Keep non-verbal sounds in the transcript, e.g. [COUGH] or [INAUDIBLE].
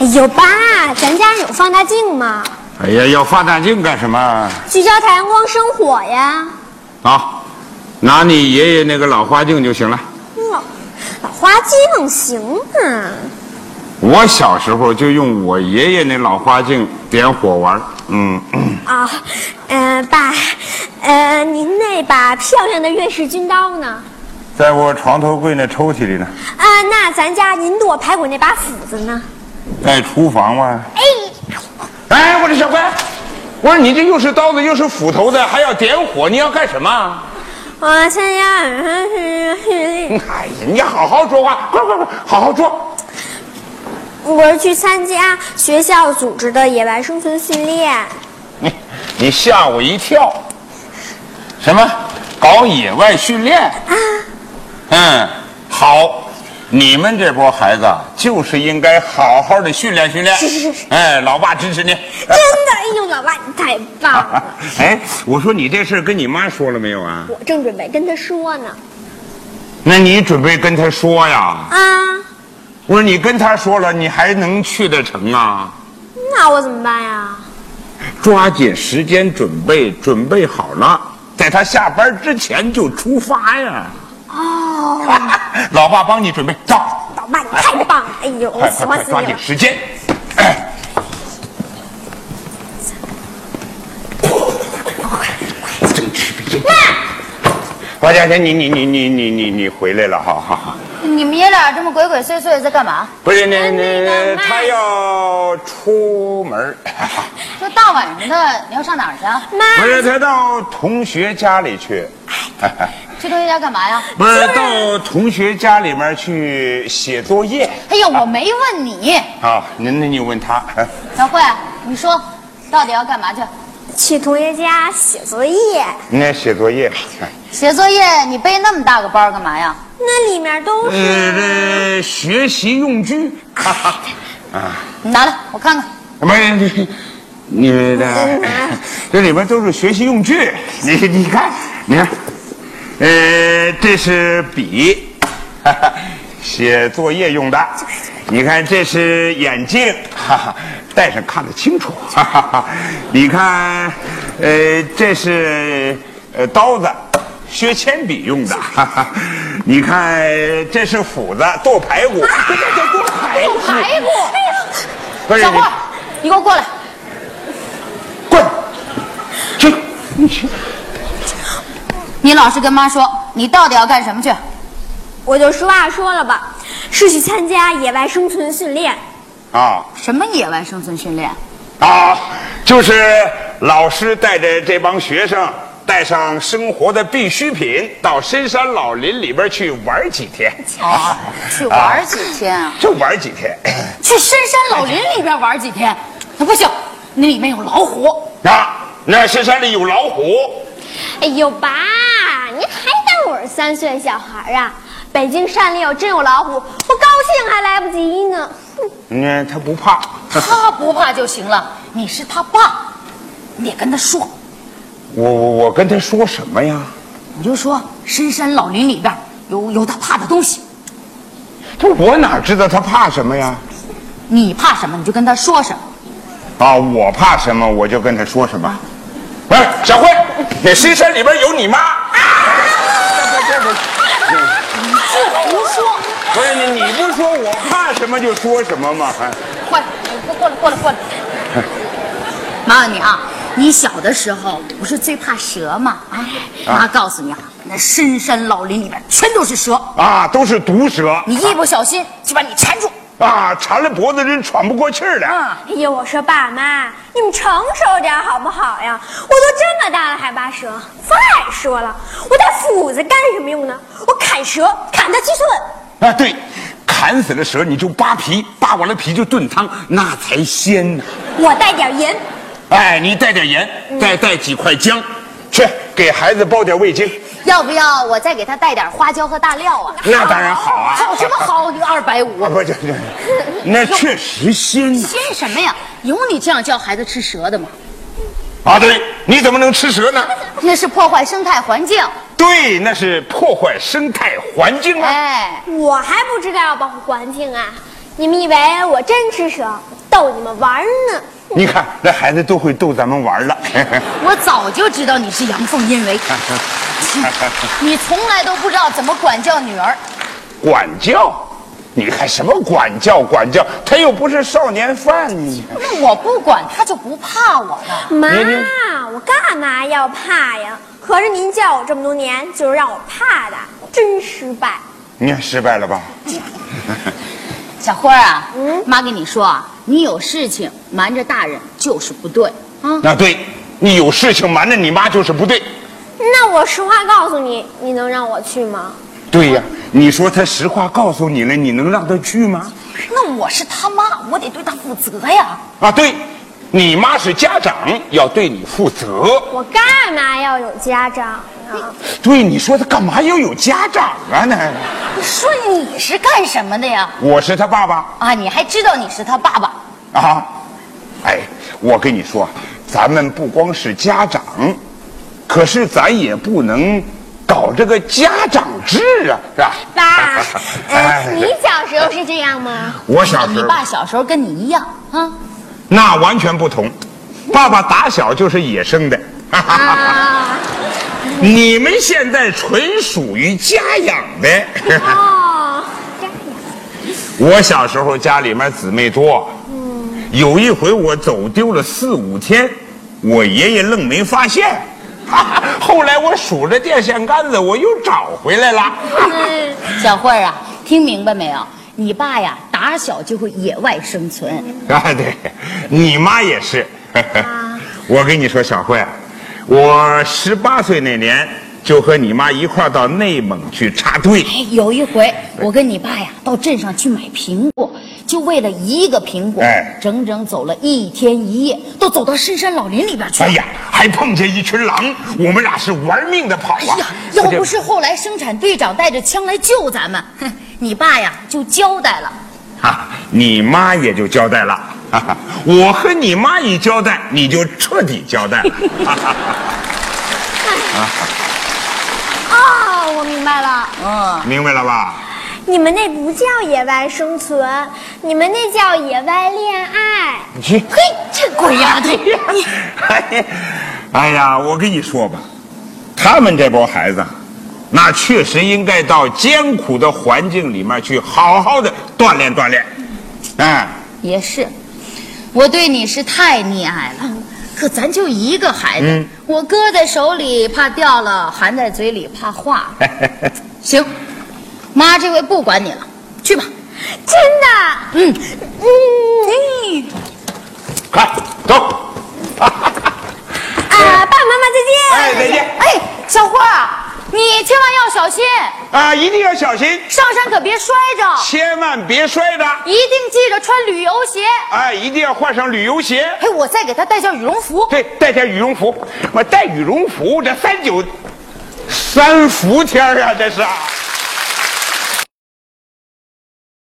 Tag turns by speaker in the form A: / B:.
A: 哎呦爸，咱家有放大镜吗？
B: 哎呀，要放大镜干什么？
A: 聚焦太阳光生火呀。
B: 啊，拿你爷爷那个老花镜就行了。
A: 老老花镜行啊。
B: 我小时候就用我爷爷那老花镜点火玩儿，嗯，
A: 啊，呃，爸，呃，您那把漂亮的瑞士军刀呢？
B: 在我床头柜那抽屉里呢，
A: 啊，那咱家您剁排骨那把斧子呢？
B: 在厨房嘛。
A: 哎，
B: 哎，我说小乖，我说你这又是刀子又是斧头的，还要点火，你要干什么？
A: 我参加晚上去，
B: 哎呀，你好好说话，快快快，好好说。
A: 我是去参加学校组织的野外生存训练。
B: 你 [LAUGHS] 你吓我一跳。什么？搞野外训练？嗯，好。你们这波孩子啊就是应该好好的训练训练。
A: 是是是是
B: 哎，老爸支持你。
A: 真的，哎呦，老爸你太棒了！
B: [LAUGHS] 哎，我说你这事儿跟你妈说了没有啊？
A: 我正准备跟他说呢。
B: 那你准备跟她说呀？
A: 啊，
B: 我说你跟她说了，你还能去得成啊？
A: 那我怎么办呀？
B: 抓紧时间准备，准备好了，在她下班之前就出发呀。
A: 哦，
B: 老爸帮你准备，走。
A: 老爸你太棒了！哎呦，我
B: 快
A: 喜
B: 快
A: 欢
B: 快，
A: 死你
B: 抓
A: 了
B: 紧！时间！真吃逼！王佳倩，你你你你你你你回来了，哈哈！
C: 你们爷俩这么鬼鬼祟祟在干嘛？
B: 不是，那那
A: 那
B: 他要出门儿，
C: 这大晚上的，你要上哪儿去啊？
B: 不是他到同学家里去，
C: 去同学家干嘛呀？
B: 不是到同学家里面去写作业
C: 哎呀，我没问你，
B: 啊？那那你问他，啊
C: 小慧，你说到底要干嘛去？
A: 去同学家写作业，
B: 那写作业。哎
C: 写作业，你背那么大个包干嘛呀？
A: 那里面都
B: 呃，
A: 是
B: 这学习用 [LAUGHS] 具。哈哈
C: 你拿来，我看看。
B: 不是你，你的这里边都是学习用具，你你看，你看，呃，这是笔， [LAUGHS] 哈哈，写作业用的。你看，这是眼镜， [LAUGHS] 哈哈，戴上看得清楚。 [LAUGHS] 哈哈哈。你看，呃，这是呃刀子，削铅笔用的。 [LAUGHS] 哈哈。你看，这是斧子，剁排骨。这这这剁排骨，
C: 排骨，
B: 不是
C: 小
B: 你
C: 慧，你给我过来。
B: 滚！去，你去。
C: 你老实跟妈说，你到底要干什么去？
A: 我就实话说了吧，是去参加野外生存训练。
B: 啊
C: 什么野外生存训练？
B: 啊，就是老师带着这帮学生带上生活的必需品，到深山老林里边去玩几天，
C: 哦，去玩几天啊？
B: 就玩几天 [CLEARS THROAT]
C: 去深山老林里边玩几天？那不行，那里面有老虎。
B: 啊。那深山里有老虎，
A: 哎呦，爸，您还当我是三岁小孩啊？北京山里有真有老虎，我高兴还来不及呢。
B: 嗯，他不怕。
C: 他不怕就行了，你是他爸，你得跟他说，
B: 我我我跟他说什么呀？
C: 你就说深山老林里边有有他怕的东西，
B: 这我哪知道他怕什么呀？
C: 你怕什么你就跟他说什么。
B: 啊，我怕什么我就跟他说什么。喂，小慧，那深山里边有你妈。 [LAUGHS]
C: 胡哎说！
B: 不是你，你不说我怕什么就说什么嘛？哎还
C: 快，过过来过来过来。妈问你啊，你小的时候不是最怕蛇吗？啊，妈告诉你啊，那深山老林里边全都是蛇，
B: 啊，都是毒蛇
C: 你一不小心就把你缠住。
B: 啊，缠了脖子人喘不过气儿来。
C: 啊，
A: 哎呦，我说爸妈，你们成熟点好不好呀？我都这么大了还拔舌。再说了，我带斧子干什么用呢？我砍蛇，砍它七寸。
B: 啊，对，砍死了蛇你就扒皮，扒完了皮就炖汤，那才鲜呢。
A: 我带点盐，
B: 哎，你带点盐，再带几块姜，去给孩子包点味精，
C: 要不要我再给他带点花椒和大料啊？
B: 那当然好啊。
C: 好什么好？你二百五
B: 啊，。不，这这，那确实鲜呐。
C: 鲜什么呀？有你这样教孩子吃蛇的吗？
B: 啊，对，你怎么能吃蛇呢？
C: 那是破坏生态环境。
B: 对，那是破坏生态环境啊。
C: 哎，
A: 我还不知道要保护环境啊！你们以为我真吃蛇？逗你们玩儿呢。
B: 你看这孩子都会逗咱们玩了。 [LAUGHS]
C: 我早就知道你是阳奉阴违，你从来都不知道怎么管教女儿。
B: 管教，你还什么管教？管教，他又不是少年犯。你
C: 那我不管，他就不怕我了。
A: 妈
B: 你你，
A: 我干嘛要怕呀？合着您教我这么多年，就是让我怕的，真失败。
B: 你看失败了吧？
C: 小花儿啊，妈跟你说啊，你有事情瞒着大人就是不对啊。
B: 那对，你有事情瞒着你妈就是不对。
A: 那我实话告诉你，你能让我去吗？
B: 对呀，你说他实话告诉你了，你能让他去吗？
C: 那我是他妈，我得对他负责呀。
B: 啊，对，你妈是家长，要对你负责。
A: 我干嘛要有家长啊？
B: 对，你说他干嘛要有家长啊？那
C: 你说你是干什么的呀？
B: 我是他爸爸
C: 啊，你还知道你是他爸爸？
B: 啊！哎，我跟你说，咱们不光是家长，可是咱也不能搞这个家长制啊，是吧？，
A: 爸
B: [LAUGHS]
A: 呃，你
B: 哎，
A: 小时候是这样吗？
B: [LAUGHS] 我小时
C: 你
B: 候
C: 爸小时候跟你一样啊，
B: 那完全不同，爸爸打小就是野生的。
A: 啊，
B: 你们现在纯属于家养的。
A: 哦，这样
B: 我小时候家里面姊妹多，
C: 嗯
B: 有一回我走丢了四五天，我爷爷愣没发现。 [LAUGHS] 后来我数着电线杆子，我又找回来了。 [LAUGHS]
C: [LAUGHS] 小慧儿啊，听明白没有？你爸呀，打小就会野外生存，
B: 啊，对，你妈也是。 [LAUGHS] 我跟你说，小慧，我十八岁那年就和你妈一块儿到内蒙去插队。
C: 哎，有一回我跟你爸呀到镇上去买苹果，就为了一个苹果，
B: 哎
C: 整整走了一天一夜，都走到深山老林里边去。
B: 哎呀，还碰见一群狼，我们俩是玩命的跑啊！
C: 哎呀，要不是后来生产队长带着枪来救咱们，哼，你爸呀就交代了。
B: 啊，你妈也就交代了。哈哈，我和你妈一交代，你就彻底交代 [LAUGHS] 了。
A: 哦，我明白了，
C: 嗯，
B: 明白了吧？
A: 你们那不叫野外生存，你们那叫野外恋爱。
B: 你去。
C: 嘿，这鬼
B: [LAUGHS]
C: 丫头，你
B: 哎呀，我跟你说吧，他们这波孩子，啊那确实应该到艰苦的环境里面去，好好的锻炼锻炼。哎、
C: 也是，我对你是太溺爱了。嗯可咱就一个孩子，
B: 嗯
C: 我搁在手里怕掉了，含在嘴里怕化。 [LAUGHS] 行，妈这回不管你了，去吧。
A: 真的，
C: 嗯，
A: 嗯，
B: 快走！
A: 啊，爸爸妈妈再
B: 哎，
A: 见。
B: 再见！
C: 哎，小花，你千万要小心，
B: 啊，一定要小心，
C: 上山可别摔着，
B: 千万别摔着。
C: 一定记着穿旅游鞋。
B: 哎，一定要换上旅游鞋。
C: 嘿，我再给他带件羽绒服。
B: 对，带件羽绒服，我带羽绒服，这三九三伏天儿啊，这是啊。